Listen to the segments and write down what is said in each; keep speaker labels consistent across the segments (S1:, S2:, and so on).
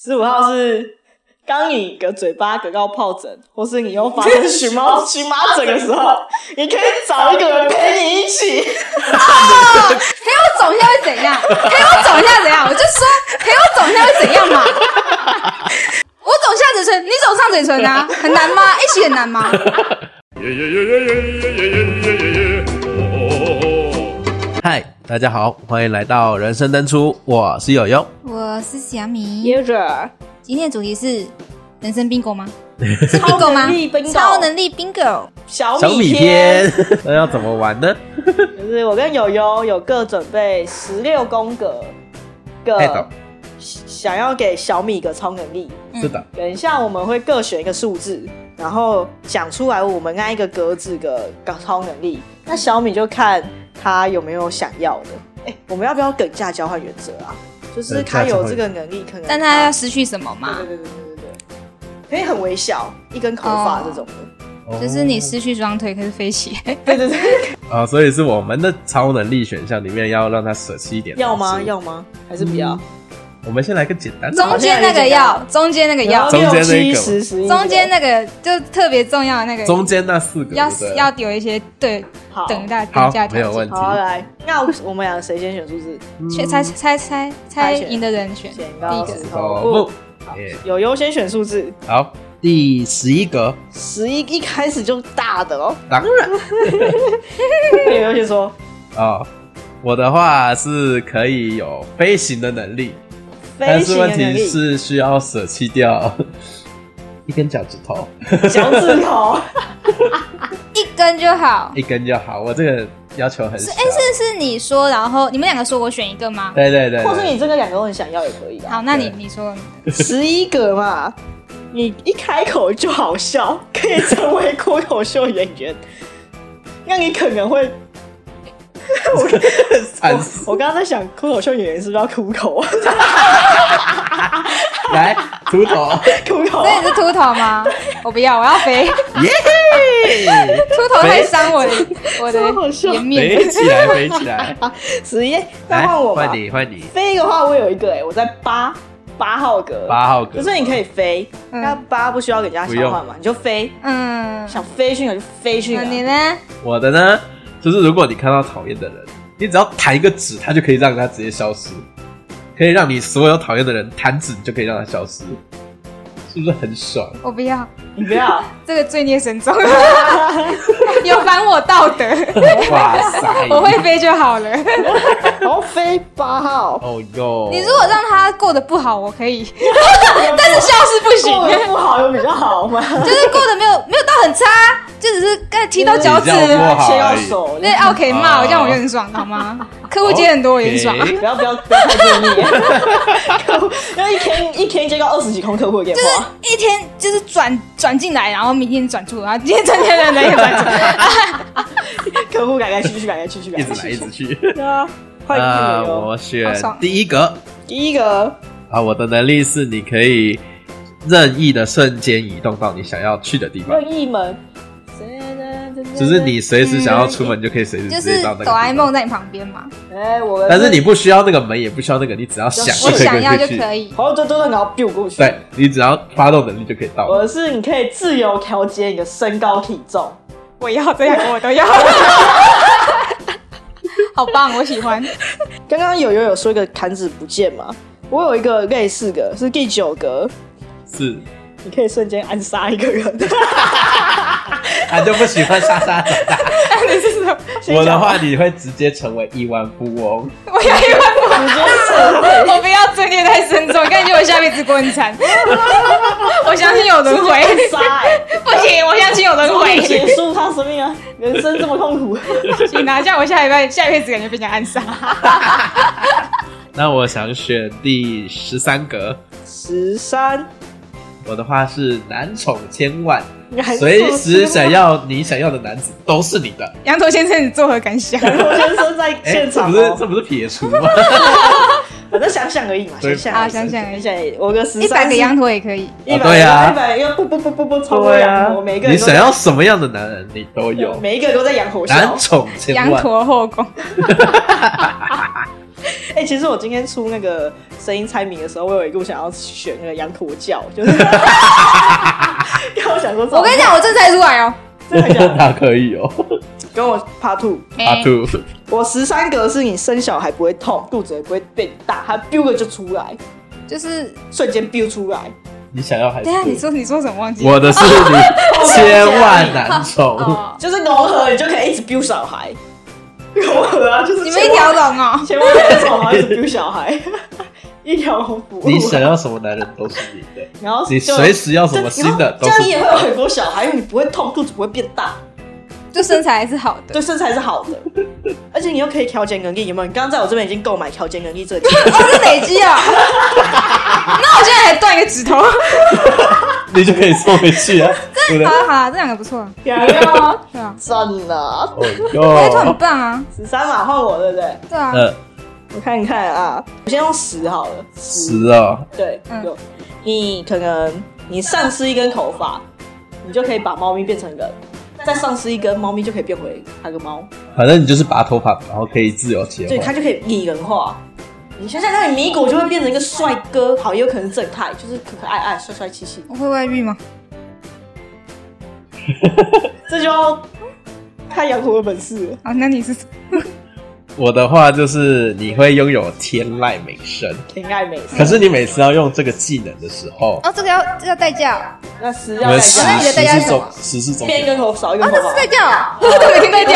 S1: 十五号是刚你个嘴巴得到疱疹，或是你又发生荨 麻荨麻疹的时候，你可以找 一个人陪你一起。
S2: 哦陪我走一下会怎样？陪我走一下怎样？我就说陪我走一下会怎样嘛？ 我走下嘴唇，你走上嘴唇啊，很难吗？一起很难吗？
S3: 耶耶耶耶耶耶耶耶耶耶耶！哦，
S4: 嗨，大家好，欢迎来到人生登出，我是友友。
S2: 我是小米，
S1: 接着，
S2: 今天的主题是人生 bingo 吗？是 bingo 吗
S1: 超能力 bingo
S2: 超能力 bingo，
S1: 小
S4: 小
S1: 米
S4: 米篇，那哎要怎么玩呢？
S1: 就是我跟友友有各准备十六宫格，
S4: 太懂
S1: 各，想要给小米个超能力。
S2: 嗯
S4: 是的，
S1: 等一下我们会各选一个数字，然后讲出来我们那一个格子的超能力。那小米就看他有没有想要的。哎、我们要不要等价交换原则啊？就是他有这个能力，可能
S2: 但他要失去什么嘛
S1: 对？对对对对对对，可以很微小，一根头发这种的。
S2: 就是你失去双腿，可是飞起。
S1: 对对对，
S4: 啊、哦所以是我们的超能力选项里面要让他舍弃一点。
S1: 要吗？。要吗？还是不要？
S4: 我们先来个简单 的。
S2: 中间那个要，中间那个要，
S4: 中间那
S1: 六
S4: 一
S1: 七
S4: 个
S1: 十十一个，
S2: 中间那个就特别重要的那个，
S4: 中间那四个
S2: 要
S4: 对不对
S2: 要有一些对
S1: 好，
S2: 等待
S4: 好
S2: 等价，
S4: 没有
S2: 条
S4: 问
S2: 件。
S4: 题。
S1: 好来，那我们俩谁先选数字？
S2: 选猜猜猜猜赢的人选第
S1: 剪
S2: 一
S1: 刀
S2: 个
S1: 石，头
S4: 哦
S1: 布。
S4: 不，耶
S1: 友友先选数字，
S4: 好，第十一格，
S1: 十一一开始就大的哦。
S4: 当然
S1: 友友先说，
S4: 哦，我的话是可以有飞行的能力，但
S1: 飞
S4: 是
S1: 行
S4: 问
S1: 的能
S4: 题
S1: 力，
S4: 是需要舍弃掉一根脚趾头，
S1: 脚趾头，
S2: 一根就好。
S4: 一根就好。我这个要求很
S2: 是
S4: 小。
S2: 哎，是是你说，然后你们两个说我选一个吗？
S4: 对对对，
S1: 或是
S4: 对
S1: 你这个两个都很想要也可以的。
S2: 好，那你
S4: 对
S2: 你说 你的
S1: 十一个嘛，你一开口就好笑，可以成为脱口秀演员。那你可能会，
S4: 惨死
S1: 我刚刚在想，脱口秀演员是不是要苦口？
S4: 来秃头，
S1: 苦口
S2: 所以你是秃头吗？ 我不要，我要肥，秃
S4: 耶嘿，
S2: 头太伤我的我
S1: 超好笑
S2: 的颜面。
S4: 飞起来，飞起来，
S1: 十一，那
S4: 来
S1: 换我吧
S4: 换。你，换你，
S1: 飞的话，我有一个哎、我在八八号格，
S4: 八号格
S1: 就是你可以飞，
S2: 嗯
S1: 那八不需要给人家交换嘛，你就飞，
S2: 嗯，
S1: 想飞去哪就飞去哪
S2: 那。你呢？
S4: 我的呢，就是如果你看到讨厌的人，你只要弹一个指，他就可以让他直接消失，可以让你所有讨厌的人弹指，你就可以让他消失，是不是很 爽？
S2: 我不要，
S1: 你不要，
S2: 这个罪 孽深重，有反我道德。
S4: 哇塞！
S2: 我会飞就好了。你
S1: 然后飞八号，
S4: 哦哟，
S2: 如果让他过得不好，我可 以，但是笑是不行
S1: 过，得不好有比较好吗？
S2: 就是过得没有没有到很差，就只是刚才踢到脚趾
S4: 比，较不好
S1: 切到
S4: 而已
S1: 手，
S2: 那 OK 骂我，
S4: 哦
S2: 这样我就很爽，好吗？客户接很多，我也很爽。
S4: OK
S1: 不要不要不要太介意，客户因 为一天一天接到二十几通客户的电
S2: 就是
S1: 话，
S2: 一天就是转转进来，然后明天转出，然后今天转进来，然 后明天转出。
S1: 客户改来去去改来去去改
S4: 一
S1: 来
S4: 直来
S1: 去
S4: 一
S1: 去，
S4: 直去。
S1: 对啊，换
S4: 那
S1: 一个
S4: 我
S1: 友，
S4: 选
S2: 好爽
S4: 第一格
S1: 第一个
S4: 啊，我的能力是你可以任意的瞬间移动到你想要去的地方，
S1: 任意门，
S4: 就是你随时想要出门就可以随时
S2: 就
S4: 直
S2: 是
S4: 接到那个
S2: 哆
S4: 地
S2: 啦 A
S4: 方。
S2: 梦在你旁边嘛，
S1: 哎，我
S4: 但是你不需要那个门，也不需要那个，你只要想
S2: 我
S4: 就可以
S2: 想要
S4: 过
S2: 就
S4: 去。
S2: 可以。
S1: 好像就真的然后 biu 过去，
S4: 对，你只要发动能力就可以到
S1: 我。的是你可以自由调节你的身高体重，
S2: 我要这样，我都要。 好棒，我喜欢。
S1: 刚刚友友有说一个弹指不见嘛，我有一个类似的，是第九格，
S4: 是，
S1: 你可以瞬间暗杀一个 人。
S4: 他啊就不喜欢莎莎长 大。
S2: 你是什么？
S4: 我的话，你会直接成为亿万富翁。
S2: 我要一万
S1: 直接撤退。
S2: 我不要罪孽太深重，感觉我下辈子过很惨。 我相信有轮回，
S1: 暗杀、欸，
S2: 不行，我相信有轮
S1: 可以
S2: 回。
S1: 结 束他生命啊！人生这么痛苦，
S2: 请拿下我下一辈，下一辈子感觉被人家暗杀。
S4: 那我想选第十三格。
S1: 十三，
S4: 我的话是男宠千万，
S1: 你还是
S4: 随时想要你想要的男子都是你的。
S2: 羊头先生，你作何感想？
S1: 我先生在
S4: 哎、
S1: 现
S4: 这
S1: 场
S4: 不
S1: 哦
S4: 是、这不是撇除 吗？
S1: 我再想想而已嘛，
S4: 对
S1: 想想
S2: 啊，
S1: 而已
S2: 想想一下，
S1: 想一下，我个十
S2: 一
S1: 三
S2: 百个羊，驼也可以。
S1: 一百
S4: 对啊
S1: 一百个不不不不不超过羊驼，啊每一个人
S4: 你
S1: 都
S4: 想要什么样的男人，你都有。
S1: 每一个都在羊头笑
S4: 男。宠千
S2: 羊
S4: 万，
S2: 驼后宫，
S1: 哎、其实我今天出那个声音猜谜的时候，我有一度想要选那个羊驼叫，就是， 因为我想说，
S2: 我跟你讲，我真猜出来哦。
S1: 真的假的？
S4: 那可以 哦，
S1: 跟我 Part Two，
S2: 哎
S4: 阿兔，
S1: 我十三格是你生小孩不会痛，肚子也不会变大，它 biu 个就出来，
S2: 就是
S1: 瞬间 biu 出来。
S4: 你想要还是
S2: 等一下啊你说你说什么忘记了？
S4: 我的是你千万难宠，
S2: 哦，
S1: 就是融合，你就可以一直 build 小孩。 融合啊，就是
S2: 你们一条龙哦。
S1: 千万别宠啊，一直 build 小孩，一条龙服务。
S4: 你想要什么男人都是你的，
S1: 然后就
S4: 你随时要什么新的
S1: 这
S4: 都
S1: 样
S4: 是
S1: 你
S4: 你
S1: 也
S4: 的。
S1: 会有很多小孩，因为你不会痛，肚子不会变大，
S2: 就身材还是好 的。
S1: 对身材是好 的，而且你又可以调节能力，有没有？你刚刚在我这边已经购买调节能力这里，
S2: 哦，是累 积哦。那我现在还断一个指头。
S4: 你就可以送回去啊，对不对
S2: 好？了好了，这两个不错，
S1: 漂亮啊，
S2: 对吧？
S1: 赚了
S4: 哦
S2: 这一团
S4: 哟
S2: 很，棒啊，
S1: 十三码换我，对不对？
S2: 对啊。
S4: 呃，
S1: 我看看啊，我先用十好了，十
S4: 十哦，
S1: 对，
S2: 嗯
S1: 有你可能你丧失一根头发，你就可以把猫咪变成人。再丧失一根，猫咪就可以变回那个猫，
S4: 反正你就是拔头发，然后可以自由切
S1: 所以它
S4: 换。
S1: 就可以拟人化。你想想看，米果就会变成一个帅哥，好，也有可能是正太，就是可可爱爱、帅帅气气。
S2: 我会外遇吗？
S1: 这就要看杨虎的本事了。
S2: 啊，那你是
S4: 我的话就是你会拥有天籁美声，
S1: 恋爱美食，
S4: 可是你每次要用这个技能的时候，
S2: 哦，这个要这个要代教哦，
S1: 那十
S4: 你
S1: 要
S4: 的
S1: 再
S4: 十
S2: 那
S1: 加
S2: 你的代价
S4: 十
S2: 是
S4: 是
S2: 什
S4: 总
S2: 么
S4: 十是总
S1: 变一根头少一根
S2: 这
S1: 头
S2: 是代
S1: 发，
S2: 教哦，我怎么听代教？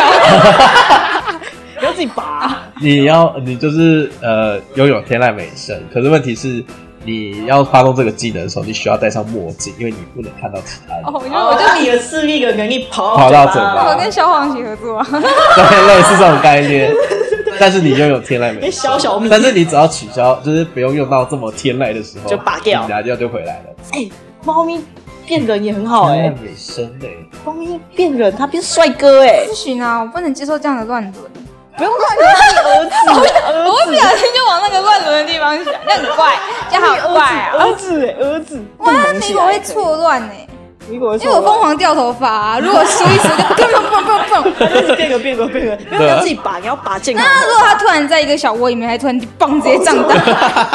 S1: 不要自己拔。
S4: 你要你就是呃拥有天籁美声，可是问题是你要发动这个技能的时候，你需要戴上墨镜，因为你不能看到其他人。
S2: 哦，我就
S1: 然后
S2: 我
S1: 我
S2: 就
S1: 就你的视力的能力跑
S4: 跑到
S1: 嘴
S4: 嘴巴
S1: 巴
S2: 我跟小黄一起合作啊。
S4: 对，类似这种概念。 但是你拥有天籁美
S1: 哎
S4: 声，
S1: 小小米
S4: 但是你只要取消，就是不用用到这么天籁的时候，
S1: 就拔掉
S4: 你拿掉就回来了。
S1: 哎、猫咪变人也很好哎、
S4: 天籁美声欸嘞、
S1: 猫咪变人，它变帅哥哎、
S2: 不行啊，我不能接受这样的乱伦。
S1: 不用乱讲，你儿子，
S2: 我不小心就往那个乱伦的地方想，那很怪，这样好怪啊！
S1: 儿子哎，儿子，
S2: 哇，美国会，错乱欸呢，
S1: 米果会
S2: 因为我疯狂掉头 发啊，如果梳一梳就根本蹦蹦蹦。
S1: 狂变个变个变个，没有不要自己拔，你要拔健康。
S2: 那如果他突然在一个小窝里面，还突然就蹦直接胀大，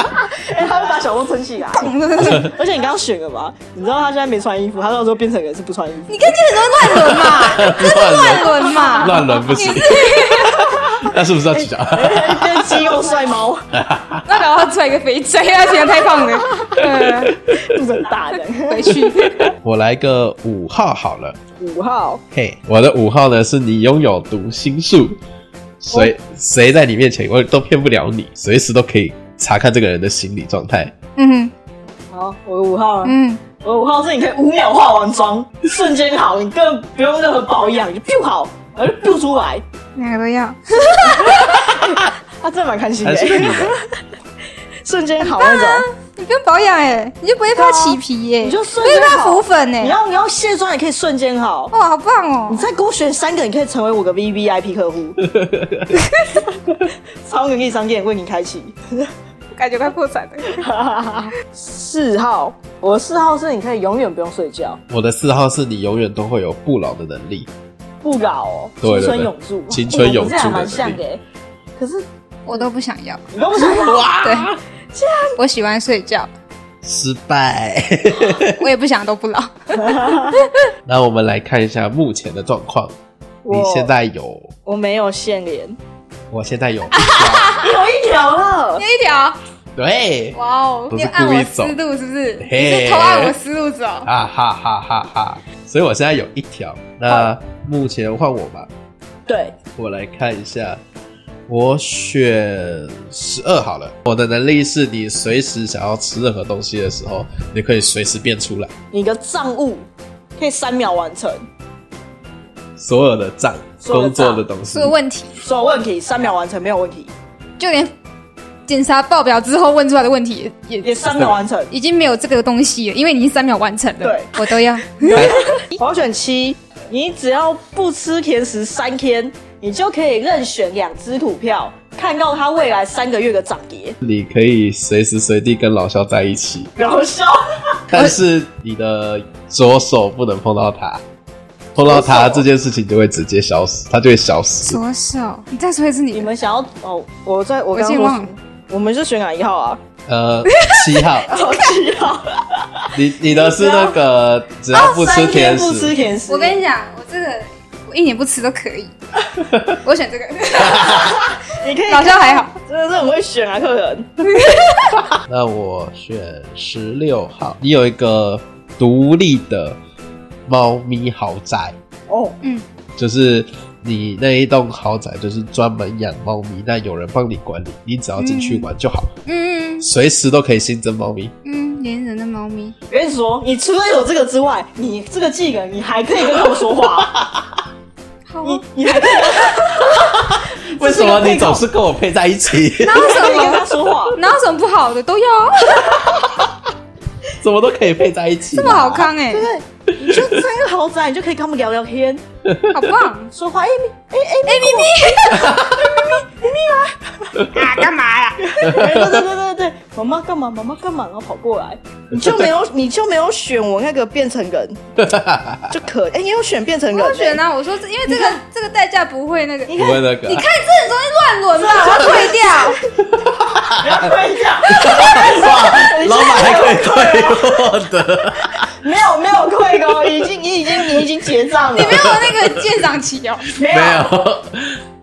S1: 哎，他会把小梦撑起来，而且你刚刚选了吧？你知道他现在没穿衣服，他到时候变成人是不穿衣服。
S2: 你看这很多乱 伦嘛，这是乱伦嘛，
S4: 乱伦不行，那是不是要取 消？
S1: 变肌肉帅猫，
S2: 那搞他出来一个肥宅，他显得太 胖了，呃，
S1: 肚子很大的。
S2: 回去。
S4: 我来个五号好了，
S1: 五号，
S4: 嘿、我的五号呢是你拥有读心术，谁谁在你面前我都骗不了你，随时都可以查看这个人的心理状态。
S2: 嗯
S1: 好，我五号了。
S2: 嗯，
S1: 我五号是你可以五秒化完妆，瞬间好，你根本不用任何保养，你就 biu 好，然后就 biu 出来。
S2: 两个都要。
S1: 他真的蛮开心
S4: 还
S1: 的，
S4: 是你的？
S1: 瞬间好那种。
S2: 你不用保养哎、你就不会怕起皮耶、
S1: 你就瞬
S2: 不
S1: 间
S2: 会怕
S1: 好
S2: 浮粉哎、
S1: 你要你要卸妆也可以瞬间好。
S2: 哇，好棒哦、
S1: 你再给我选三个，你可以成为我的 V V I P 客 户，超能力商店为你开启。
S2: 感觉快破产了。
S1: 四号，我的四号是你可以永远不用睡觉，
S4: 我的四号是你永远都会有不老的能力，
S1: 不搞哦，青
S4: 对对
S1: 春
S4: 对
S1: 永驻，
S4: 青春永驻
S1: 哎我们这还
S4: 的
S1: 蛮像
S4: 能力
S1: 的欸。可是
S2: 我都不想要，
S1: 你都不想哇，
S2: 对，我喜欢睡觉，
S4: 失败。
S2: 我也不想都不老。
S4: 那我们来看一下目前的状况。
S1: 我
S4: 你现在有，
S1: 我没有限连，
S4: 我现在有，
S1: 有一条了
S2: 你，有一条，
S4: 对，
S2: 哇哦，
S4: 不
S2: 你
S4: 是
S2: 有按
S4: 故意
S2: 我思
S4: 走
S2: 路是不是？
S4: 嘿
S2: 你是偷按我思路走。
S4: 啊哈哈哈哈！所以我现在有一条。那目前换我吧，
S1: 对，
S4: 我来看一下，我选十二好了。我的能力是你随时想要吃任何东西的时候，你可以随时变出来
S1: 你的账务可以三秒完成，
S4: 所有的账、
S1: 所有的
S4: 工
S1: 账
S4: 作的东西
S2: 所有。问题，
S1: 所有问题三秒完成没有问题，
S2: 就连检查报表之后问出来的问题也
S1: 也
S2: 也
S1: 三秒完成。
S2: 已经没有这个东西了，因为你已经三秒完成了。
S1: 对，
S2: 我都要。
S1: 我要选七，你只要不吃甜食三天，你就可以任选两只股票，看到它未来三个月的涨跌。
S4: 你可以随时随地跟老肖在一起，
S1: 搞笑，
S4: 但是你的左手不能碰到它，碰到它
S1: 左手
S4: 这件事情就会直接消失，它就会消失。
S2: 左手，你再说一次你
S1: 你
S2: 的。
S1: 们想要哦？我在我
S2: 我
S1: 刚
S2: 已
S1: 刚
S2: 经
S1: 说
S2: 忘
S1: 什
S2: 了
S1: 么，我们是选哪一号啊？
S4: 呃，七号，
S1: 好奇号，
S4: 你你的是那个只要不吃
S1: 哦三天
S4: 甜
S1: 不吃
S4: 食，
S1: 甜食。
S2: 我跟你讲，我这个我一年不吃都可 以，我选这个。
S1: 你可以
S2: 老肖还好，
S1: 真的是很会选啊，客人。
S4: 那我选十六号。你有一个独立的猫咪豪宅，
S1: 哦，
S4: 就是你那一栋豪宅就是专门养猫咪，但有人帮你管理，你只要进去玩就好，
S2: 嗯
S4: 随时都可以新增猫咪。
S2: 嗯，粘人的猫咪，
S1: 我跟你说，你除了有这个之外，你这个技能你还可以跟我说 话，
S2: 好
S1: 你你
S2: 啊，
S1: 还可以
S4: 为什么你总是跟我配在一起？
S2: 哪有什
S1: 可以跟
S2: 么
S1: 他说话。
S2: 哪有什么不好的，都要啊
S4: 怎么都可以配在一起？
S2: 这么好康 哎，
S1: 对，你就在一个豪宅，你就可以跟他们聊聊天，
S2: 好棒
S1: 说话。哎、你
S2: 啊！干嘛呀？
S1: 哎对对对对对，妈妈干嘛？妈妈干嘛？然后跑过来，你就 没有，你就没有选我那个变成人， 就可哎、你有选变成人、
S2: 我选
S1: 啊，
S2: 啊，我说这因为这个这个代价不会那个，你
S4: 不会那个，
S2: 看这很容易乱伦吧？我要退 掉，
S1: 不要推下，
S4: 哇，老板还可以退货的，
S1: 没有没有退哦，已经你已经你已经结账了，
S2: 你没有那个鉴赏期哦。
S1: 没
S4: 没有，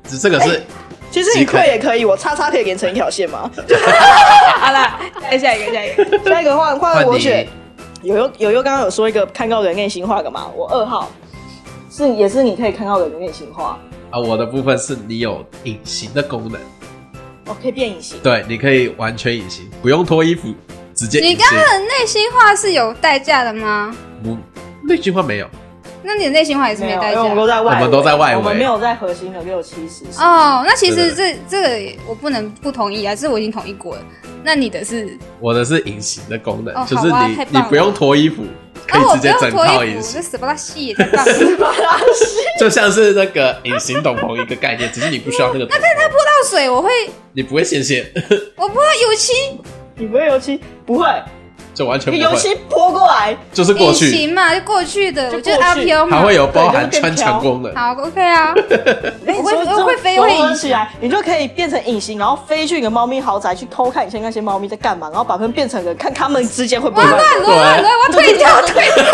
S4: 只这个是
S1: 其实你退也可以，我叉叉可以连成一条线吗？
S2: 好了，来下一个，下一个，
S1: 下一个换换
S4: 哎换
S1: 我
S4: 你
S1: 选。有有有有，刚刚有说一个看到人内心话干嘛？我二号是也是你可以看到人内心话，
S5: 啊，我的部分是你有隐形的功能，
S1: 哦，可以变隐形。
S5: 对，你可以完全隐形，不用脱衣服，直接
S2: 你
S5: 隐
S2: 刚
S5: 形
S2: 刚。的内心话是有代价的吗？
S5: 不，那句话没有，
S2: 那你的内心话也是
S1: 没
S2: 没
S1: 有，因
S2: 代
S1: 为我们都
S2: 价。
S1: 在外围，
S5: 我们都在外围
S1: 我们没有在核心的六七十。
S2: 哦，那其实
S5: 对
S2: 这这个也我不能不同意啊，这我已经同意过了。那你的是，
S5: 我的是隐形的功能，
S2: 哦
S5: 就是
S2: 好啊
S5: 你
S2: 太棒
S5: 你
S2: 了
S5: 不用脱衣服，可以
S2: 然啊后
S5: 直
S2: 我不
S5: 接
S2: 用
S5: 整
S2: 脱
S5: 套
S2: 衣
S5: 隐
S2: 服，
S5: 形
S2: 这，死不拉戏也太棒了。
S5: 就像是那个隐形斗篷一个概念，只是你不需要那个斗篷，
S2: 倒水我会，
S5: 你不会显现，
S2: 我不会油漆，
S1: 你不会油漆？不会，
S5: 就完全不
S1: 油
S5: 会，
S1: 漆泼过来，
S5: 就是过
S2: 隐
S5: 去，
S2: 形嘛，就过去的，
S1: 就
S2: 我就
S1: 过去
S2: 阿飘嘛。
S5: 还会有包含
S1: 对就是
S5: 穿
S1: 变
S5: 墙
S1: 飘
S5: 功能，
S2: 好 OK 啊，
S1: 哎
S2: 我会
S1: 你说
S2: 我会飞
S1: 这种
S2: 我会
S1: 缩
S2: 隐
S1: 起来，你就可以变成隐形，然后飞去你的猫咪豪宅去偷看以前那些猫咪在干嘛，然后把它们变成人，看它们之间会不会
S2: 哇
S1: 乱
S2: 乱伦乱伦，我要退掉退掉。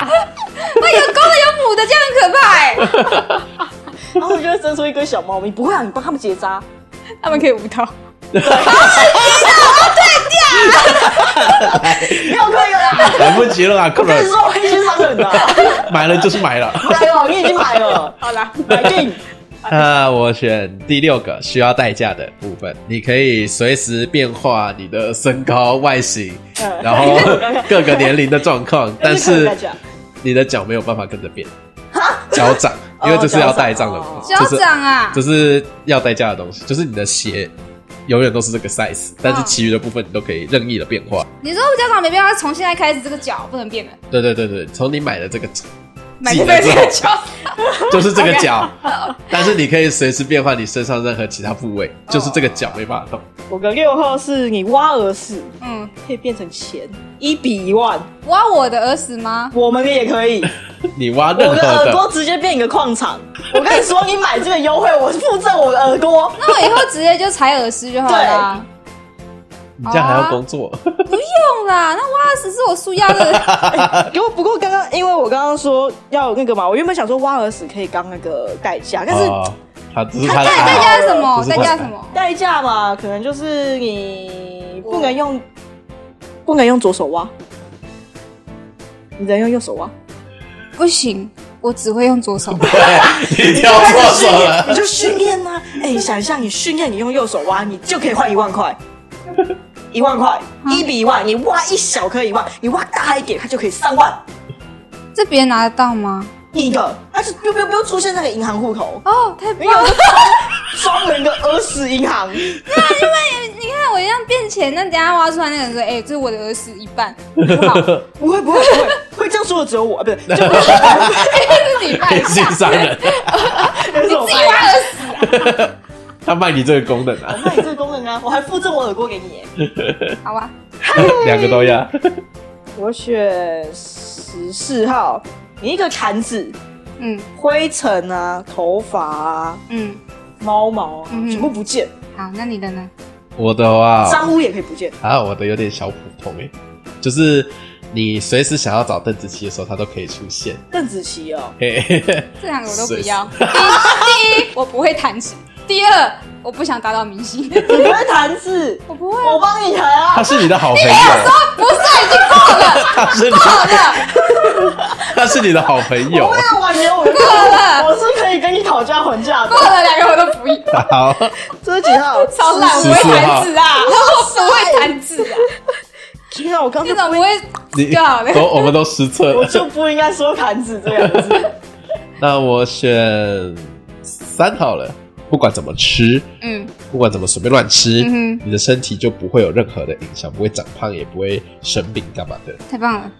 S2: 那有公的有母的，这样很可怕哎、
S1: 然后我就会生出一堆小猫咪。不会啊，你帮它们结扎。
S2: 他们可以无套。
S1: 没有可以了啦，
S5: 来不及了啦，客
S1: 跟
S5: 人
S1: 你 说我已经伤人了，
S5: 买了就是买了。
S1: 买了，你已经买了，
S2: 好啦，
S1: 买定。
S4: 那我选第六个需要代价的部分，你可以随时变化你的身高、外形，
S1: 嗯
S4: 然后各个年龄的状况， 但是你的脚没有办法跟着变，脚掌，因为这是要带账的
S1: 哦，
S2: 脚
S4: 这是
S2: 掌啊
S4: 这，是要代价的东西，就是你的鞋永远都是这个 size，但是其余的部分你都可以任意的变化。
S2: 你说我脚掌没变化，从现在开始这个脚不能变了，
S4: 对对对对，从你买的这个
S2: 买
S4: 记
S2: 这
S4: 得之后
S2: 个脚。
S4: 就是这个脚，但是你可以随时变换你身上任何其他部位，就是这个脚没办法动。
S1: 我的六号是你挖耳屎，
S2: 嗯，
S1: 可以变成钱，一比一万，
S2: 我要我的耳屎吗？
S1: 我们的也可以。
S4: 你挖任
S1: 我
S4: 何
S1: 的耳
S4: 的
S1: 朵直接变一个矿场。我跟你说，你买这个优惠，我附赠我的耳朵。
S2: 那我以后直接就采耳屎就好了啊。
S4: 你这样还要工作？
S1: 啊
S2: 不用啦，那挖耳屎是我塑腰的。
S1: 给我不过刚刚，因为我刚刚说要那个嘛，我原本想说挖耳屎可以当那个代价，但是
S4: 哦，他只是他的
S1: 他
S2: 代
S4: 爱好，
S2: 价是什么？
S4: 就是
S2: 代
S4: 换
S2: 价是什么？
S1: 代价嘛，可能就是你
S2: 我
S1: 不能用不能用左手挖，你只能用右手挖。
S2: 不行，我只会用左手。
S4: 对，啊 你挑错手
S1: 你
S4: 了。
S1: 就训练呐、哎、想象你训练，你用右手挖，你就可以换一万块，一万块，一比一万，你挖一小颗一万，你挖大一点，它就可以三万。
S2: 这别人拿得到吗？
S1: 一个，它就不用不用出现那个银行户头，
S2: 哦，太
S1: 你
S2: 棒
S1: 有
S2: 了！
S1: 个专门的儿时银行，
S2: 你看我一样变钱，那等一下挖出来那个人说：“哎、这是我的耳屎一半，不好，
S1: 不会不会不会，会这样说的只有我，啊不是，就
S2: 这是你半。”
S4: 变性商 人，
S1: 是我
S2: 自己挖
S1: 卖。
S2: 耳屎，
S4: 他卖你这个功能
S1: 我
S4: 啊，
S1: 卖这个功能啊，我还附赠我耳朵给你。
S2: 好吧？
S4: 两个都要。
S1: 我选十四号，你一个铲子，
S2: 嗯
S1: 灰尘啊，头发啊，
S2: 嗯，
S1: 猫毛啊，
S2: 嗯
S1: 全部不见。
S2: 好，那你的呢？
S4: 我的话
S1: 脏污也可以不见。
S4: 啊，我的有点小普通哎、就是你随时想要找邓紫棋的时候，她都可以出现。
S1: 邓紫棋哦，
S4: 嘿嘿嘿
S2: 这两个我都不要。第一，第一我不会弹琴；第二，我不想打扰明星。
S1: 你不会弹字，
S2: 我不会啊，
S1: 我帮你弹啊。
S4: 她是你的好朋友，
S2: 不是啊，已经过了，
S4: 她是你，
S2: 过了，
S4: 她是你的好朋友
S1: 啊我。为了挽留我的客户，我是可以跟你讨价还价的
S2: 过。了，两个我都不要。
S4: 好，
S1: 这是几号？
S2: 超烂，我
S4: 十
S2: 不
S4: 四
S2: 会
S4: 号
S2: 弹字啊，我不会弹字啊，
S1: 天啊，我刚
S2: 这
S1: 刚
S2: 种不会
S4: 你
S2: 搞的
S4: 都我们都失策
S1: 我
S4: 了。
S1: 就不应该说弹字这样子。
S4: 那我选三好了，不管怎么吃，
S2: 嗯，
S4: 不管怎么随便乱吃，
S2: 嗯哼
S4: 你的身体就不会有任何的影响，不会长胖，也不会生病干嘛的。
S2: 太棒了。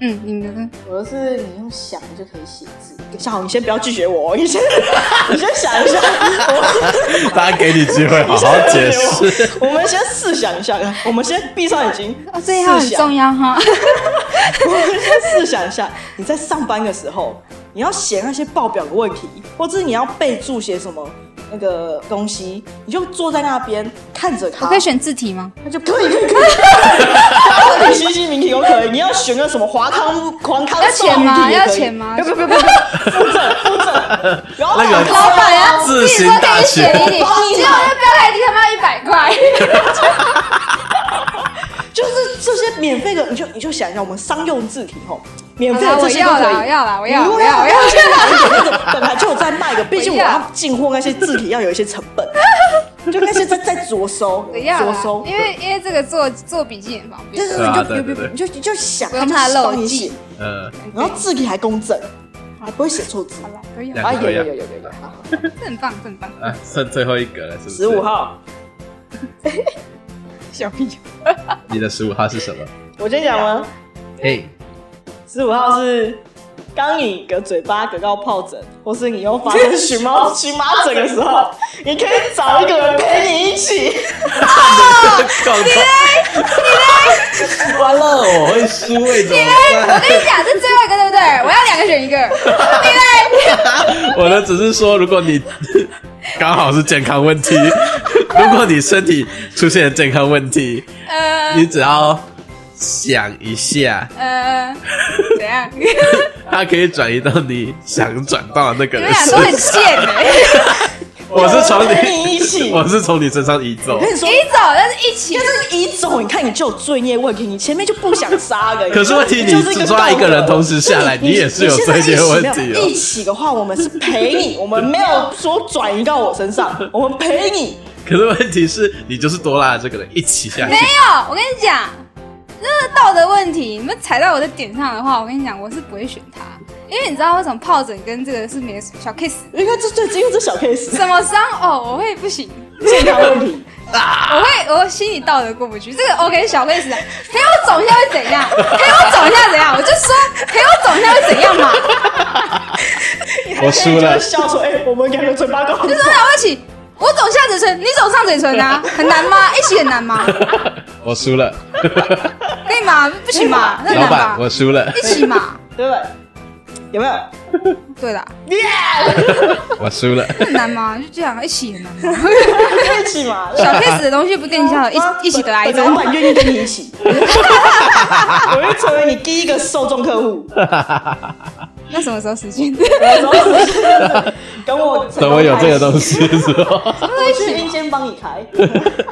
S2: 嗯，你的呢
S1: 我是你用想就可以写字。小红，你先不要拒绝我，你先 你先想一下，我
S4: 大家给你机会好好解 释。
S1: 我们先试想一下，我们先闭上眼睛，
S2: 哦，这一号很
S1: 试想
S2: 重要哈。
S1: 我们先试想一下，你在上班的时候，你要写那些报表的问题，或者你要备注写什么那个东西，你就坐在那边看着
S2: 我
S1: 他
S2: 可以，选字体吗？
S1: 他就可以可以可以，可以西西名题都可以。你要选个什么华康黄康
S2: 要钱吗
S1: 少女题也可以
S2: 要钱吗
S1: 不要不要不要，负责负责，然后
S4: 那个
S2: 老板啊，
S4: 自
S2: 自己
S4: 行
S2: 说可
S4: 大
S2: 以写
S4: 学
S2: 一点，结果那标还已经他妈一百块。
S1: 就是这些免费的，你就你就想一下，我们商用字体吼，免
S2: 好
S1: 费的
S2: 啦
S1: 这
S2: 我
S1: 些都
S2: 要
S1: 可
S2: 啦，我
S1: 以。啊
S2: 要啦，我
S1: 我
S2: 要，我
S1: 我
S2: 要，我
S1: 我
S2: 要。
S1: 本来就有在卖的，毕竟我要进货那些字体要有一些成本，就那些在在着收，
S2: 我要
S1: 着
S2: 啦
S1: 收，
S2: 因为因为这个做做笔记很方
S1: 就
S2: 便。
S1: 是你就你就你就你就想，他就你写，
S4: 呃，
S1: 然后字体还工整，还不会写错字
S2: 好了，都有，
S4: 两
S1: 啊，
S4: 个
S1: 有
S4: 都
S1: 有
S4: 一样
S1: 有有有有，
S2: 这很棒，这很棒。
S4: 啊，剩最后一格了，是不是？
S1: 十五， 号，
S2: 小屁，
S4: 你的十五号是什么？
S1: 我先讲吗？
S4: 嘿，
S1: 十五号是。当你的嘴巴得到疱疹，或是你 又发生荨麻荨麻疹的时候，你可以找一个人陪你一起。
S4: 完了，我会输哎，怎么
S2: 我
S4: 办？
S2: 跟你讲，这最后一个对不对？我要两个选一个。
S4: 我的只是说，如果你 刚好是健康问题，如果你身体出现了健康问题，
S2: 呃
S4: 你只要想一下，
S2: 呃，怎样？ 你
S4: 它可以转移到你想转到的那个
S2: 们
S4: 人
S2: 俩
S4: 身
S2: 都很
S4: 上。
S2: 贱哎。
S4: 我是从
S1: 陪你一
S4: 你，
S1: 起。
S4: 我是从你身上移走
S1: 我。跟你 说，
S2: 你走，但是一起
S1: 就。是你走，你看你就有罪孽问题，你前面就不想杀人。
S4: 可是问题
S1: 你就是
S4: 你只
S1: 个
S4: 抓一个人
S1: 道德
S4: 同时下来
S1: 你
S4: 你也是有
S1: 你现在
S4: 罪孽问
S1: 一起没
S4: 题哦
S1: 有一起的话，我们是陪你，我们没有说转移到我身上，我们陪你。
S4: 可是问题是你就是多拉了这个人一起下去
S2: 没，有，我跟你讲，那个道德问题，你们踩到我的点上的话，我跟你讲，我是不会选他，因为你知道为什么疱疹跟这个是没小 case，
S1: 因为这最因为这小 case
S2: 什么伤哦，我会不行，
S1: 健康问题，
S2: 我会我心里道德过不去，这个 OK 小 case，啊陪我走一下会怎样？陪我走一下怎样？我就说陪我走一下会怎样嘛？
S4: 我输了
S1: 就。笑说：“哎，我们两个嘴巴都很
S2: 就是我们一起，我走下嘴唇，你走上嘴唇啊，很难吗？一起很难吗？
S4: 我输了，
S2: 可以吗？不行吧？那很
S4: 老
S2: 难
S4: 板，
S2: 吧？
S4: 我输了，
S2: 一起嘛？
S1: 对不对？有没有？
S2: 对啦，
S4: 我输了。
S2: 那很难吗？就这样，一起很难啊吗？
S1: 一起 嘛。”啊
S2: 小 case 的东西不跟你 笑，哦一一起得癌症
S1: 老。板愿意跟你一 起，我会成为你第一个受众客户。
S2: 那什么时候实 现？
S1: 等我
S4: 等我有这个东西的时候，
S1: 我去阴间帮你 开。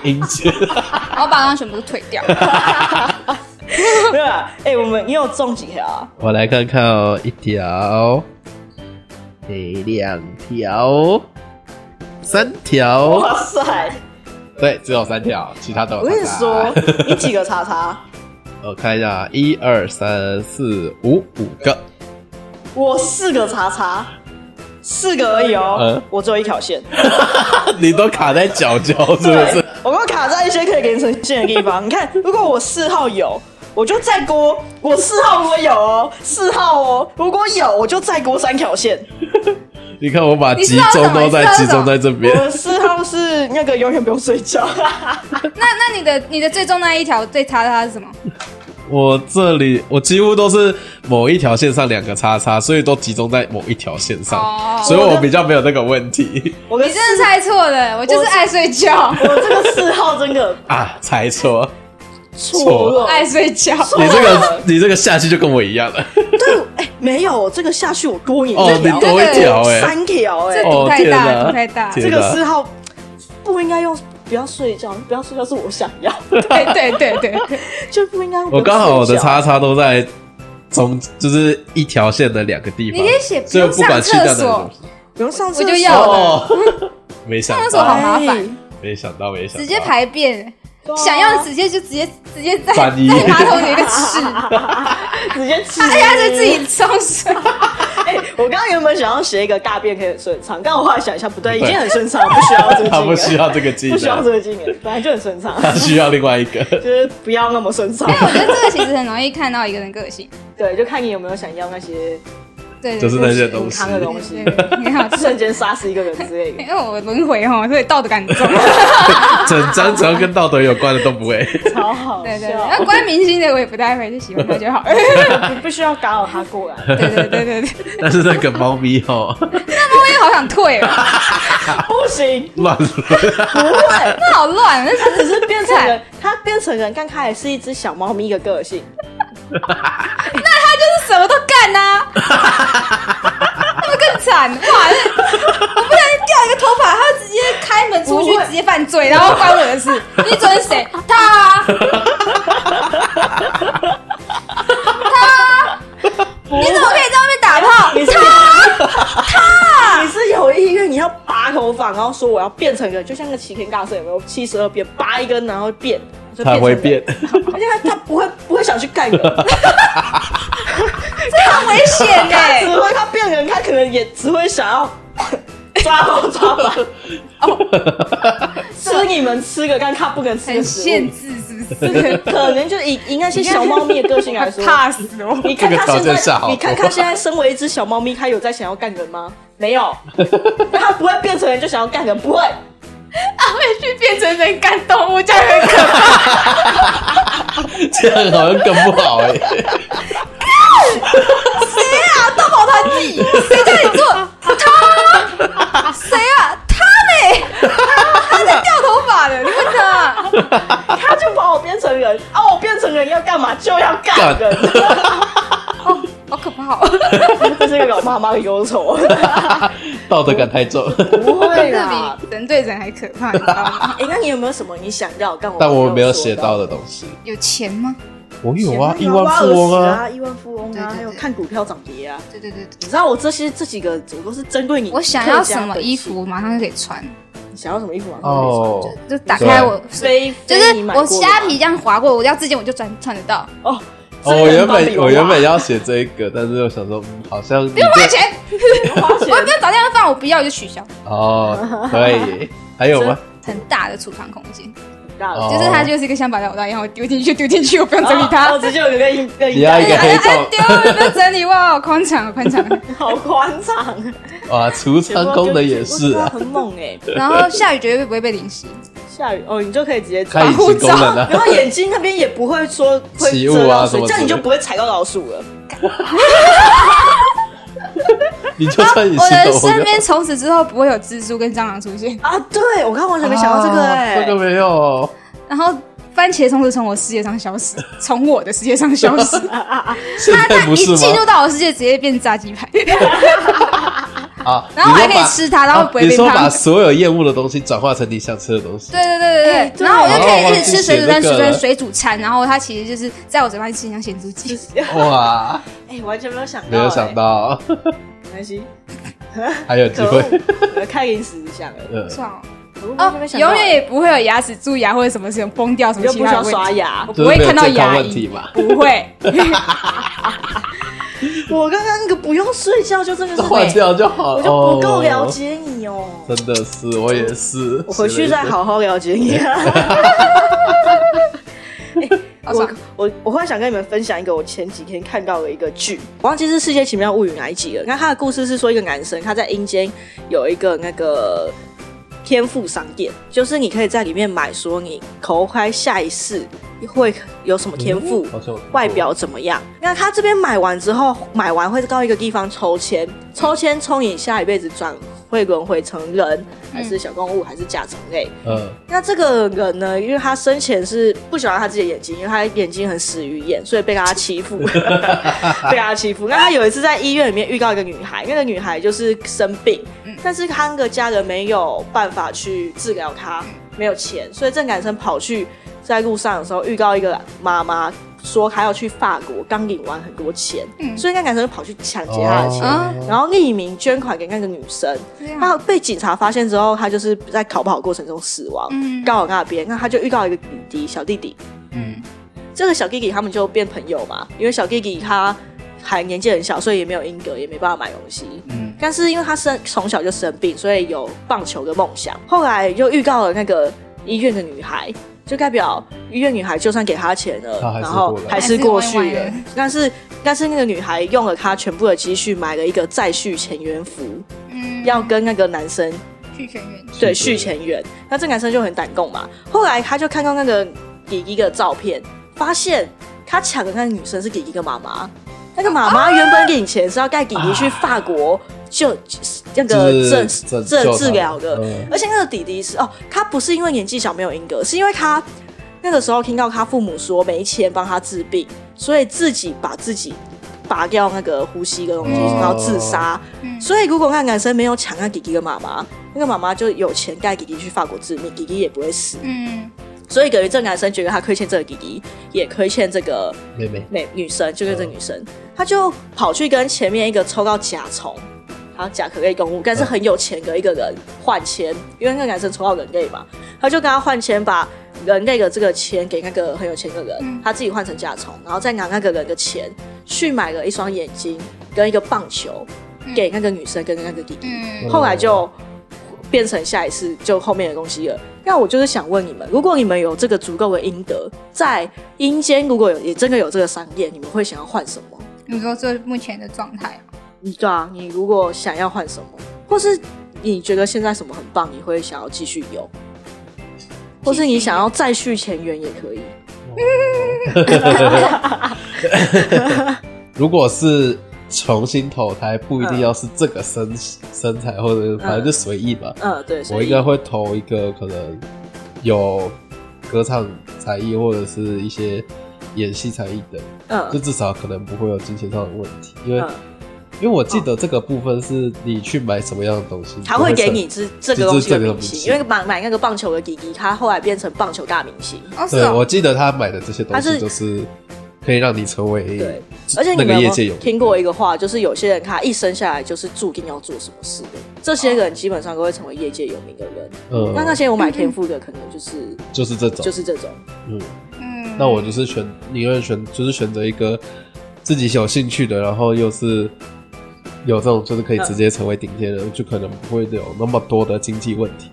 S4: 迎接。
S2: 我把刚全部都退 掉。
S1: 对啊，哎、我们你有中几条啊？
S4: 我来看看哦，一条，诶，两条，三条，
S1: 哇塞！
S4: 对，只有三条，其他都有
S1: 我跟你
S4: 叉叉
S1: 说，你几个叉叉？
S4: 我看一下啊，一二三四五五个，
S1: 我四个叉叉，四个而已哦。
S4: 嗯
S1: 我只有一条线，
S4: 你都卡在角角是不是？
S1: 我们卡在一些可以连成线的地方。你看，如果我四号有。我就再锅，我四号如果有哦，四号哦，如果有我就再锅三条线。
S4: 你看我把
S2: 你
S4: 集
S2: 知道什
S4: 中
S2: 么
S4: 都在
S2: 你知道
S4: 集
S2: 什
S4: 中
S2: 么
S4: 在这边，
S1: 我四号是那个永远不用睡觉，
S2: 那那你的你的最终那一条最差的它是什么？
S4: 我这里我几乎都是某一条线上两个叉叉，所以都集中在某一条线上，
S2: 哦
S4: 所以我比较没有那个问题
S1: 我跟
S2: 你真的猜错了，我就是爱睡觉，
S1: 我这个嗜好真的
S4: 啊。猜错，
S1: 错了，
S2: 爱睡觉。
S4: 你这个你这个下去就跟我一样了。
S1: 对，哎，没有这个下去我多赢
S4: 哦，
S1: 一
S4: 你
S1: 条，
S4: 多一条哎、
S1: 三条哎
S2: 这，
S4: 哦
S2: 赌太
S4: 天
S2: 大，
S4: 哪
S2: 赌太大。
S4: 天
S1: 这个嗜好不应该用。不要睡觉，不要睡觉是我想要，
S2: 对对对对，
S1: 就不应该用不
S4: 我
S1: 要睡觉。
S4: 刚好我的叉叉都在中，就是一条线的两个地
S2: 你可，
S4: 方
S2: 以写不
S4: 所以
S2: 用
S4: 我不
S2: 上
S4: 管去掉
S2: 厕
S4: 哪里
S2: 所
S4: 都，
S1: 不用上厕
S2: 我
S1: 所
S2: 就要了，
S4: 哦， 没想
S2: 上厕所好
S4: 到，
S2: 麻
S1: 哎
S2: 烦，
S4: 没想到，没想到，
S2: 直接排便，
S1: 对啊
S2: 想要直接就直接直接 在
S4: 转移
S2: 在马桶里面吃，
S1: 直接 吃。
S2: 而且他哎是自己冲水，
S1: 哎，我刚刚原本想要写一个大便可以很顺畅，但我后来想一下，不对，已
S4: 不对
S1: 经很顺畅了，不需要这个技
S4: 他
S1: 能，
S4: 不需要这个技
S1: 不需要
S4: 能
S1: 这，个技能，本来就很顺畅，
S4: 他 需要另外一个。
S1: 就是不要那么顺畅。
S2: 我觉得这个其实很容易看到一个人个性，
S1: 对，就看你有没有想要那些
S2: 对，
S4: 就是那些
S1: 隐
S4: 东西
S1: 藏的东西
S2: 对，对对你好，
S1: 瞬间杀死一个人之 类的
S2: 因。为我轮回哈，所以道德感很重。
S4: 整张只要跟道德有关的都不会。
S1: 超好
S2: 对对对，
S1: 笑
S2: 那，关于明星的我也不太会，就喜欢他就好。哎
S1: 你不需要打扰他过 来。
S2: 对对对对对，
S4: 但是那个猫咪哦，
S2: 我也好想退哦，
S1: 不 行，
S4: 乱伦，
S1: 不会，
S2: 那好乱，那
S1: 他只是变成人，他变成人，但他还是一只小猫咪的个性。
S2: 就是什么都干呐、那不更惨哇！这我不小心掉一个头发，他就直接开门出去
S1: 不会，
S2: 直接犯罪，然后关我的事。 你准谁？他、啊，
S1: 你
S2: 你怎么可以在外面打炮？
S1: 你是你是有意愿，你要拔头发，然后说我要变成人，就像个齐天大圣有没有七十二变，拔一根然后变，就
S4: 它会
S1: 变
S4: 变
S1: 成人，而且他他不会不会想去 干人，
S2: 这很危险欸呢、
S1: 他只会他变人，他可能也只会想要抓包抓把，
S4: 哦
S1: 吃你们吃个，但他不能吃
S2: 很
S1: 个食物
S2: 限。制 是不
S1: 这个
S2: 是？
S1: 可能就以以那些小猫咪的个性来说，
S2: 怕死哦 我！
S1: 你看
S4: 这个
S1: 他
S4: 条
S1: 现
S4: 件下
S1: 在，
S4: 好
S1: 你看
S4: 多
S1: 他现在身为一只小猫咪，他有在想要干人吗？ 没有，他不会变成人就想要干 人，不会。
S2: 他会去变成人干动物，这样很可怕。
S4: 这样好像更不好哎。
S1: 啊
S2: 动保团体，谁叫你做？他 谁啊？他呢？他在掉头发的，你问他。
S1: 他就把我变成人，啊，我变成人要干嘛就要干人，
S2: 好可怕、哦！
S1: 这是个老妈妈的忧愁。
S4: 道德感太重。
S1: 不会
S2: 这
S1: 啦，
S2: 比人对啊人还可怕，你知道吗？
S1: 哎、那你有没有什么你想要但我
S4: 但我没有
S1: 说
S4: 写到的东西，
S2: 有钱吗？
S4: 我有
S1: 有
S4: 啊，亿
S1: 亿
S4: 万富翁啊，
S1: 啊，亿万富翁
S2: 对对
S1: 啊，
S2: 对
S1: 还有看股票涨跌啊。
S2: 对对对对，
S1: 你知道我这些这几个，我都是针对你。
S2: 我想要什么衣？服，马上就可以穿，
S1: 你想要什么衣服吗？
S4: 哦，
S2: 就打开我，
S1: 非
S2: 就是
S1: 非你买过
S2: 我
S1: 的吧
S2: 虾皮这样划过，我要之前我就穿穿得到，
S1: 哦。
S4: 哦，我原本我原本要写这个，但是我想说，嗯好像不用
S2: 花钱，
S1: 花钱
S2: 我不要找地方放，我不要我就取消。
S4: 哦，可以，还有 吗？
S2: 很大的储藏空间，
S1: 大
S4: 哦
S2: 就是它就是一个像把料袋一样，我丢进去就丢进去，我不用整理它。
S1: 我直接有一个一个
S4: 你要一哦个
S2: 哎
S4: 黑
S2: 哎哎
S4: 洞
S2: 丢了，不用整理哇，宽敞宽敞。
S1: 好宽敞，
S4: 哇，储藏功能也是啊，
S1: 很猛哎。
S2: 然后下雨绝对不会被淋湿，
S1: 下雨哦，你就可以直接
S4: 开隐形功能的、
S1: 然后眼睛那边也不会说会
S4: 起雾
S1: 遮
S4: 啊
S1: 到
S4: 什
S1: 水，
S4: 么
S1: 这样你
S4: 之类
S1: 就不会踩到老鼠了。
S4: 你就算
S1: 啊
S4: 你
S2: 我
S4: 心
S2: 的
S4: 动
S2: 身边从此之后不会有蜘蛛跟蟑螂出现。
S1: 啊，对，我刚完全没想到这个哎、
S4: 啊这个没有，
S2: 然后番茄从此从我世界上消失，从我的世界上消 失。
S4: 现在
S2: 它
S4: 不
S2: 一
S4: 是
S2: 进入
S4: 吗？
S2: 到我世界，直接变炸鸡排，
S4: 啊，
S2: 然后
S4: 你
S2: 还
S4: 说
S2: 可以
S4: 把
S2: 吃它，然后不
S4: 啊
S2: 会
S4: 你
S2: 变
S4: 说
S2: 胖
S4: 把。所有厌恶的东西转化成你想吃的东西，
S2: 对对对对
S1: 哎
S2: 对，
S1: 对
S2: 然后我就可以一直
S4: 哦
S2: 吃水煮蛋、
S4: 忘
S2: 水
S4: 记写这
S2: 煮
S4: 个了
S2: 蛋、水煮餐，然后它其实就是在我嘴巴里吃像咸猪鸡。
S4: 哇，
S1: 哎、完全没有想到、
S4: 没有想，到，
S1: 没关系，
S4: 还有机
S1: 可恶
S4: 会，，
S1: 我开给你死一下 了。
S4: 嗯，
S2: 算了
S1: 可恶
S2: 哦
S1: 完全没，想到
S2: 永远也不会有牙齿蛀牙或者什么事情崩掉什
S1: 你就
S2: 么其
S1: 不
S2: 他
S1: 需要
S2: 的问
S1: 刷
S2: 题，
S1: 牙
S2: 我。不
S4: 呃就是
S2: 会
S4: 没有
S2: 看到
S4: 健康
S2: 牙
S4: 问题
S2: 龈，
S4: 嘛，
S2: 不会。
S1: 我刚刚那个不用睡觉就真的是
S4: 换掉就好了，
S1: 我就不够了
S4: 哦。
S1: 解你哦。
S4: 真的是，我也是。
S1: 我回去再好好了解你、啊我
S2: 好哦爽
S1: 我我忽然想跟你们分享一个我前几天看到的一个剧，我忘记是《世界奇妙物语》哪一集了。那他的故事是说一个男生他在阴间有一个那个天赋商店，就是你可以在里面买说你口开下一世会有什么天赋。
S4: 嗯好像有听过
S1: 外表怎么样？那他这边买完之后，买完会到一个地方抽签，抽签抽你下一辈子转会轮回成人，还是小动物，还是甲虫类？
S4: 嗯
S1: 那这个人呢，因为他生前是不喜欢他自己的眼睛，因为他眼睛很死鱼眼，所以被他欺负， 被他欺负。那他有一次在医院里面遇到一个女孩，那个女孩就是生病，但是他的家人没有办法去治疗她，没有钱，所以郑感生跑去在路上的时候遇到一个妈妈。说她要去法国，刚领完很多钱，
S2: 嗯
S1: 所以郑感生就跑去抢
S4: 哦
S1: 劫她的钱，
S2: 啊
S1: 然后匿名捐款给那个女生。
S2: 这样
S1: 他被警察发现之后，他就是在考不好过程中死亡，
S2: 嗯
S1: 刚好那边，那他就遇到一个弟弟小弟弟，
S2: 嗯
S1: 这个小弟弟他们就变朋友嘛，因为小弟弟他还年纪很小，所以也没有英格，也没办法买东西。
S4: 嗯
S1: 但是因为他生从小就生病，所以有棒球的梦想。后来又遇到了那个医院的女孩，就代表医院女孩就算给他钱了，
S4: 她还是
S1: 然后
S4: 过来
S1: 还是过去
S2: 还是会
S1: 了
S2: 玩。
S1: 但是但是那个女孩用了她全部的积蓄买了一个再续前缘服，
S2: 嗯
S1: 要跟那个男生
S2: 去全员
S1: 对，续前缘。那郑感生就很胆共嘛，后来他就看到那个弟弟的照片，发现他抢的那个女生是弟弟的妈妈。那个妈妈原本领钱是要带弟弟去法国就那个
S4: 治
S1: 正
S4: 拯救
S1: 正
S4: 他
S1: 啊治疗的
S4: 嗯，
S1: 而且那个弟弟是哦，他不是因为年纪小没有英格，是因为他那个时候听到他父母说没钱帮他治病，所以自己把自己拔掉那个呼吸的东西，
S4: 哦
S1: 然后自杀。
S2: 嗯
S1: 所以如果那个男生没有抢那弟弟的妈妈，那个妈妈就有钱带弟弟去法国治病，弟弟也不会死。
S2: 嗯
S1: 所以等于这个男生觉得他亏欠这个弟弟，也亏欠这个
S4: 妹妹
S1: 美女生，就跟这个女生，他就跑去跟前面一个抽到甲虫，还有甲壳类动物，但是很有钱的一个人换钱，因为那个男生抽到人类嘛，他就跟他换钱，把人类的这个钱给那个很有钱的人，
S2: 嗯
S1: 他自己换成甲虫，然后再拿那个人的钱去买了一双眼睛跟一个棒球给那个女生跟那个弟弟，
S2: 嗯
S1: 后来就变成下一次就后面的东西了。那我就是想问你们，如果你们有这个足够的阴德，在阴间如果有也真的有这个商业，你们会想要换什么？
S2: 你说这目前的状态，
S1: 你对啊，你如果想要换什么，或是你觉得现在什么很棒，你会想要继续有，或是你想要再续前缘也可以。
S4: 如果是重新投胎，不一定要是这个身、身材，或者反正就随意吧。
S1: 嗯，对，所
S4: 我
S1: 以
S4: 应该会投一个可能有歌唱才艺或者是一些演戏才艺的，就
S1: 嗯
S4: 至少可能不会有金钱上的问题，因为、
S1: 嗯，
S4: 因为我记得这个部分是你去买什么样的东西，
S1: 他会给你这这个东西的明
S4: 就是这个东西
S1: 星，因为买买那个棒球的弟弟，他后来变成棒球大明星。
S2: 哦是
S4: 对，我
S2: 哦，
S4: 记得他买的这些东
S1: 他是
S4: 西就是可以让你成为
S1: 对而且你
S4: 那
S1: 们
S4: 个
S1: 有没
S4: 业
S1: 有
S4: 界有
S1: 听过一个话，就是有些人他一生下来就是注定要做什么事的，这些人基本上都会成为业界有名的人。
S4: 嗯
S1: 那那些有买天赋的，可能就是
S4: 就是这种，
S1: 就是这种，
S4: 嗯，
S2: 嗯
S4: 那我就是选宁愿选就是选择一个自己有兴趣的，然后又是。有这种就是可以直接成为顶尖人，就可能不会有那么多的经济问题，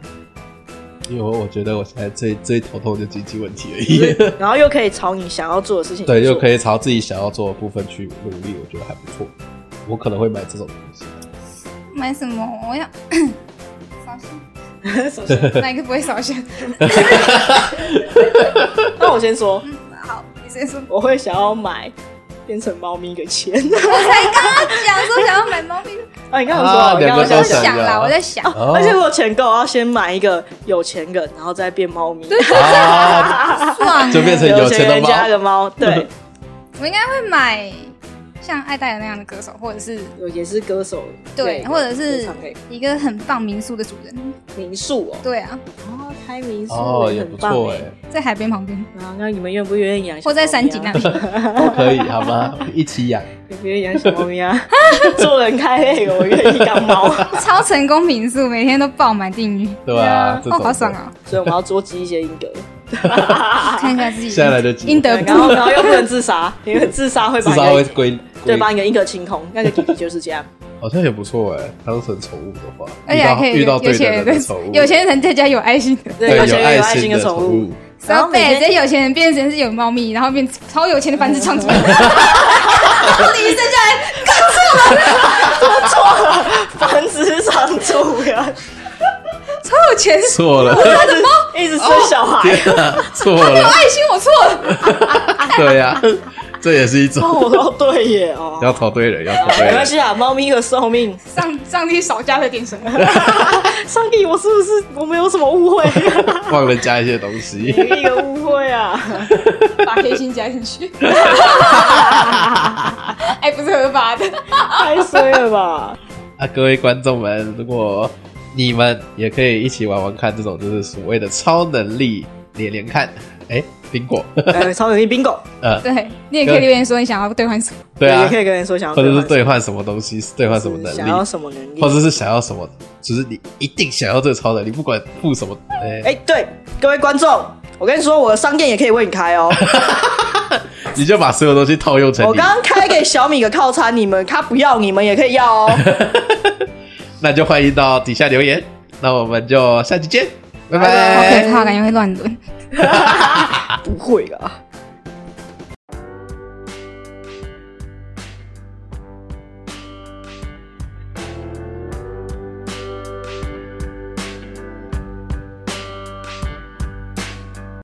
S4: 因为我我觉得我现在最最头痛的就经济问题而 已。
S1: 然后又可以朝你想要做的事情
S4: 对，
S1: 去做
S4: 又可以朝自己想要做的部分去努力，我觉得还不错。我可能会买这种东西，
S2: 买什么？我 要扫 线，
S1: 首先
S2: 哪一个不会扫 线？
S1: 那我先说，
S2: 好，你先说。
S1: 我会想要买变成猫咪的钱。
S2: 我才刚刚讲说想要买 猫咪，
S1: 啊，你刚刚
S4: 啊
S1: 说，你刚刚
S4: 两个
S2: 我
S4: 都
S2: 在
S1: 说
S4: 想
S2: 想啦，
S4: 要
S2: 我在想，
S4: 哦
S1: 而且如果钱够，我要先买一个有钱人，然后再变猫 咪，
S4: 啊，
S2: 爽
S4: 就变成有钱的
S1: 人家
S4: 猫。
S1: 的猫， 对，
S2: 我应该会买像艾戴尔那样的歌手，或者是
S1: 有也是歌手，
S2: 对，或者
S1: 歌
S2: 是
S1: 唱类
S2: 一个很棒民宿的主人。
S1: 民宿哦，
S2: 对啊，
S1: 哦，开民宿
S4: 哦，也
S1: 很
S4: 不
S1: 棒
S4: 错
S1: 哎
S4: 哎。，
S2: 在海边旁边，
S1: 啊，那你们愿不愿意养小猫咪啊？
S2: 或在山景那里。
S4: 都可以 好吗？一起养，
S1: 愿不愿意养小猫咪啊？ 做人太累了，我愿意当猫，
S2: 超成功民宿，每天都爆满订阅，
S4: 对吧？ 这
S2: 哦，
S4: 种
S2: 好爽！啊！
S1: 所以我们要多积一些呃阴德。啊
S2: 看一下自己
S4: 现在来得及
S2: 应得
S1: 对，然后
S2: 不？
S1: 然后又不能自杀，因为自杀会
S4: 至
S1: 把
S4: 少会
S1: 你的
S4: 归
S1: 对
S4: 归，
S1: 把你的阴德清空。那个弟弟就是这 样，
S4: 好像也不错哎。当成宠物的话，
S1: 哎
S2: 而且还可以
S4: 遇到遇到
S2: 有
S4: 对的
S2: 钱人
S4: 人的宠物，
S2: 有钱人在家有爱心的。
S1: 对，有
S4: 有
S1: 钱人有爱
S4: 心
S1: 心的宠
S4: 宠
S1: 物，，然
S2: 然
S1: 后
S2: 后北
S1: 每
S2: 这
S1: 天
S2: 有钱人变成是有猫咪，然后变超有钱的繁殖 场主，然后你一生下来
S1: 繁殖场主人，
S2: 超好有钱，
S4: 错了，
S1: 一直生小孩。
S4: 错
S2: 没有
S4: 了，
S2: 爱心，我错 了。
S4: 对呀、这也是一种
S1: 哦，我说对耶， 哦，
S4: 要投对人，要投对
S1: 没
S4: 人
S1: 关。系啊，猫咪的寿命。
S2: 上上帝少加了点什么？
S1: 上帝，我是不是我们有什么误 会？
S4: 忘了加一些东西。
S1: 有一个误会啊！
S2: 把黑心加进 去。哎，不是合法的。
S1: 太衰了 吧！
S4: 啊，各位观众们，如果你们也可以一起玩玩看这种就是所谓的超能力连连看，哎、苹果，
S1: 呃，超能力 bingo，
S4: 呃，
S2: 对你也可以留言说你想要兑换什么。
S4: 对啊
S1: 也，可以跟人说想要
S4: 或
S1: 兑
S4: 者
S1: 换
S4: 是兑换什么东西，兑换什么
S1: 想要
S4: 能力，
S1: 什么能力
S4: 或？者是想要什么，就是你一定想要这个超能力，不管付什么，哎、
S1: 哎，对，各位观众，我跟你说，我的商店也可以为你开 哦。
S4: 你就把所有东西套用成
S1: 我
S4: 你，
S1: 刚刚开给小米的套餐，你们他不要，你们也可以要哦。
S4: 那就欢迎到底下留言。那我们就下期见，拜
S1: 拜
S2: 好
S4: 拜
S2: 可。怕，感觉会乱伦。
S1: 不会啊。